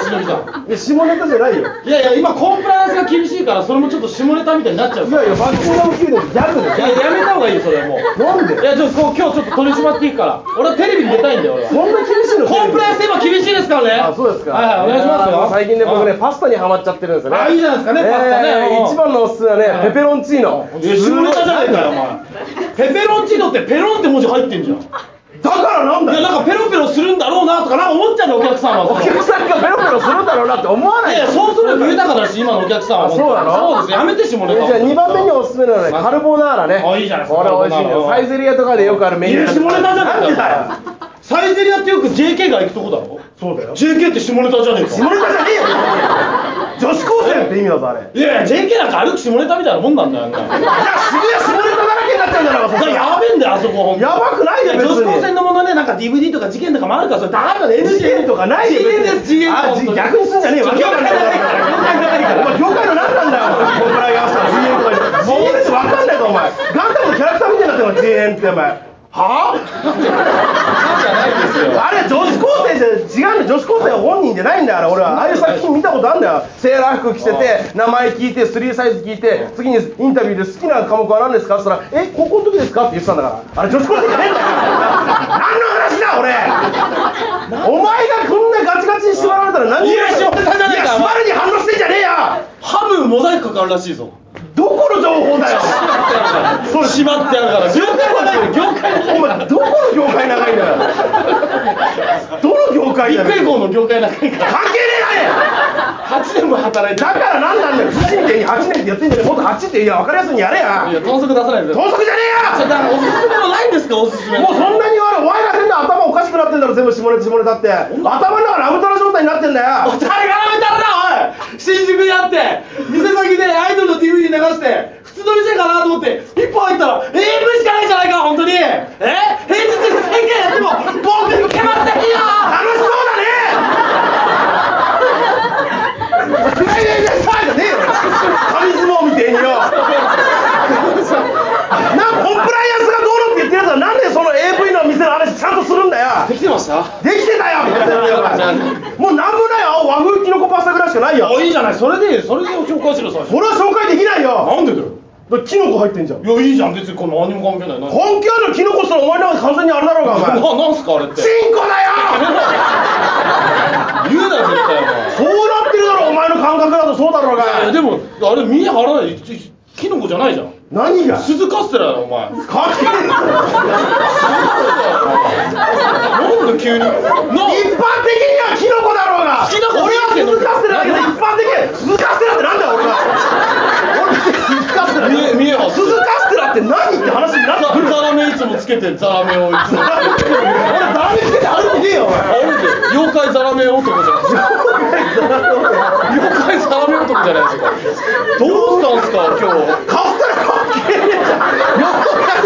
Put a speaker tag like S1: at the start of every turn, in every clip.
S1: いや下ネタじゃないよ
S2: いやいや、今コンプライアンスが厳しいから、それもちょっと下ネタみたいになっちゃう
S1: い
S2: から。
S1: やいやバックダウン級のギャグだ
S2: いや
S1: よ
S2: やめた方がいいよ、それはもう。
S1: なんで
S2: いや、ちょっとこう今日ちょっと取り締まっていくから。俺はテレビに出たいんだよ、俺は。
S1: そんな厳しいの
S2: コンプライアンス今厳しいですからね。
S1: あそうですか
S2: はいはい、お願いします
S3: や
S2: よ
S3: ー。最近ね、僕ね、パスタにハマっちゃってるんですよね。
S2: あいいじゃないですかねパスタね
S3: えー
S2: うん
S3: 一番のおすすめはね、ペペロンチーノ。
S2: いや 下ネタじゃないかよ、お前。ペペロンチーノってペロンって文字入ってんじゃん。い
S1: だからなんだ
S2: や、
S1: よ
S2: なんかペロペロするんだろうなとか、なんか思っちゃうね、お客さんは。
S3: お客さんがペロペロするだろうなって思わないい
S2: やい
S3: よ
S2: や、そうすると豊かだし、今のお客さんは。
S3: あそうなの
S2: そうですよ、やめて下ネ
S3: じ
S2: タ。
S3: ゃあ2番目におすすめなのはね、カルボナーラね。
S2: あいいじゃないですか
S3: これ美味しいんだよ
S2: カルボナーラ
S3: サイゼリヤとかでよくあるメ
S2: い
S3: ニュー
S2: や、下ネタじゃねえ
S3: なん
S2: かよ
S3: でだよ。
S2: サイゼリアってよく JK が行くとこだろ
S1: そうだよ
S2: JK って下ネタじゃねえ
S1: 下
S2: か
S1: ネタじゃねえよ女子高生って意味だぞあれ
S2: いやいや JK なんか歩く下ネタみたいなもんなんだよあんなのだか
S1: 渋谷下ネタだらけになっちゃうんじゃないかそ
S2: ら
S1: れ
S2: やべえんだよあそこほんと
S1: やばくないよ
S2: や
S1: 別
S2: 女子
S1: に
S2: 高生のものねなんか DVD とか事件とかもあるからそれダメだね NG
S1: 事件とかないよ
S2: GN です GN
S1: あじ逆にすんじゃねえよ
S2: ちょっ
S1: わ
S2: と
S1: けわかんない
S2: 業界長いから
S1: お前業界の何なんだよお前コンプライアンスとか GN とかもう俺たちわかんないぞお前ガンダムのキャラクターみたいになってるの GN ってお前は
S2: そうじゃないですよ
S1: ああれ女子高生じゃ違うんだよ女子高生は本人じゃないんだよあれ俺はああいう作品見たことあるんだよセーラー服着てて名前聞いてスリーサイズ聞いて次にインタビューで好きな科目は何ですかって言ったら「え高校の時ですか?」って言ってたんだからあれ女子高生じゃねえんだ よ何の話だ俺お前がこんなガチガチに縛られたら何
S2: いや縛られたじゃねえか
S1: いや縛るに反応してんじゃねえよ
S2: ハムモザイクかかるらしいぞ
S1: どこの情報だよ
S2: それ縛ってあるから業界長い業界長い
S1: お前どこの業界長いんだよどの業界
S2: ビ
S1: だ
S2: ッ
S1: よ
S2: グエコーの業界長いから
S1: 関係ねえだね
S2: 8年も働いて
S1: だからなんなんだよ、不審点に8年って言ってんじゃねえ、もっと8って、いや、分かりやすいにやれ
S2: い
S1: や、
S2: や豚足出さないでください
S1: 豚足じゃねえ
S2: だからおすすめのないんですかおすすめ
S1: や、もうそんなにあれ、お前ら変な頭おかしくなってんだろ、全部下ネタ、下ネタって、頭の中ラブトラ状態になってんだよ、
S2: 誰が舐めたらなおい新宿にあって店先でアイドルの TV に流して普通の店かなと思って一本入ったら AV しかないじゃないか本当にえ平日に1000回やっても僕いけませんよ
S1: 楽しそうだね、いやいやいや、さあじゃねえよ、紙相撲みてえによ、なコンプライアンスがどうのって言ってるやつは、なんでその AV の店の話、ちゃんとするんだよ。
S2: できてました
S1: できてたよみたいなもうなんもないよ和風キノコパスタぐらいしかないよ
S2: いいじゃないそれでそれで紹介しろ最初
S1: これは紹介できないよ
S2: なんでだよ
S1: だってキノコ入ってんじゃん
S2: いやいいじゃん別にこれ何も関係ないな
S1: 本気あるキノコしたらお前の中で完全にあれだろうがお 前
S2: ななんすかあ れって
S1: チンコだよ
S2: 言うなよ絶対お前
S1: そうなってるだろお前の感覚だとそうだろう
S2: いや
S1: が
S2: でもあれ見え張らないきキノコじゃないじゃん
S1: 何が
S2: 鈴カステラよお前
S1: かっけえ
S2: なんで急にな
S1: 一般的にはキノコだろうが
S2: キノコ
S1: 俺は鈴カステラだけど一般的には鈴カステラってなんだよ俺は俺鈴カステラ
S2: 見え見え張って
S1: 鈴カステラって何って話になってくる
S2: ザラメいつもつけてザラメをいつも
S1: 俺誰につけて歩いてねえよお前
S2: あれ妖怪ザラメ男じゃないですか妖怪ザラメ男じゃないですかどうしたんすか今日
S1: カステラ関係ねえじゃん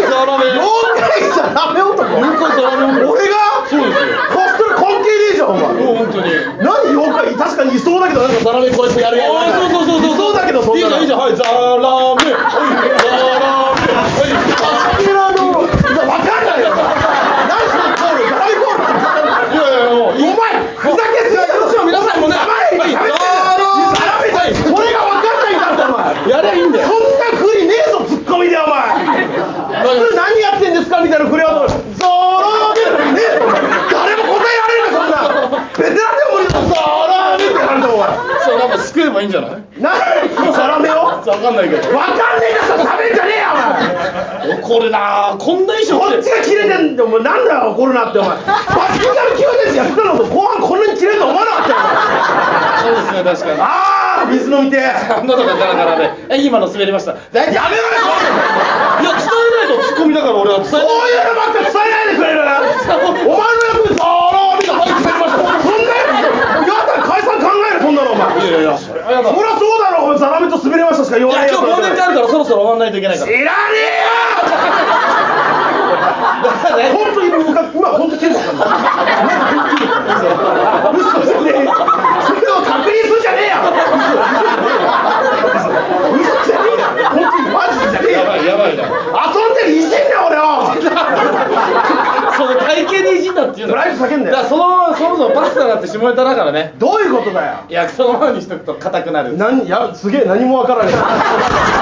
S2: ザラメ
S1: 妖怪じゃダメ男
S2: 妖怪ザラメ男
S1: 俺が
S2: そうですよ
S1: カステラ関係ねえじゃんお前
S2: もう本当に
S1: 何妖怪確かにいそうだけどなんか
S2: ザラメこうやってやるや
S1: あー
S2: そうそうそうそう
S1: そうだけどそん
S2: いい
S1: な
S2: じゃん
S1: の
S2: いいじゃんはいザラメはいザラメはい
S1: カステラの分かんないよ何そのコールザラメコ
S2: い
S1: ール
S2: やいやもういい
S1: お前ふざけすぎだろ
S2: もちろん皆さんもね
S1: やばいやめ
S2: ザ
S1: て
S2: ラメ
S1: それが分かんないんだってお
S2: や
S1: 前
S2: りゃいいんだよ
S1: そんなふりねえぞツッコミでお前普通何やってんですかみたいなフレはゾローねえぞお前誰も答えられるかそんなベテランでも無理だぞゾローみたいなんだお前
S2: そうなんか救えばいいんじゃない
S1: 何ザラメを
S2: わかんないけど
S1: 分かんねえだったら食べんじゃねえよ
S2: 怒るなぁこんな衣
S1: お
S2: 装
S1: 前こっ
S2: 着
S1: ち
S2: て
S1: が切れてんでお前なんだよ怒るなってお前バッキンガム宮殿やってたのと後半こんなに切れると思わなかったよ
S2: そうで
S1: お前
S2: すね確かに
S1: ああ水飲みてえや
S2: 喉がガラガラでえ今の滑りました大
S1: め
S2: 体
S1: ろよ
S2: いや伝えないとツッコミだから俺は伝え
S1: そういうのばっか伝えないでくれるお前のやつにザラーみたいな入ってきましたそんなやつやだ解散考えるそんなのお前
S2: ないいやいやそれはやだい
S1: そりゃそうだろお前ザラメと滑れましたしか言わな
S2: や
S1: い
S2: 今日忘年会あるからそろそろ終わんないといけないから
S1: いらねえよ本当に今今本当に切れたんだ嘘じゃねえよそれを確認するんじゃねえよ嘘じゃねえよ本当にマジでじゃねえ
S2: や
S1: よ
S2: ばいやばいな
S1: 遊んでるいじんな俺を
S2: その体型にいじんだっていう
S1: ド
S2: の
S1: ライブ叫ん
S2: だ
S1: だ
S2: から
S1: よ
S2: そのそのそうパスタだって下ネタだからね
S1: どういうことだよ
S2: いやそのままにしとくと硬くなる
S1: 何いやすげえ何もわからない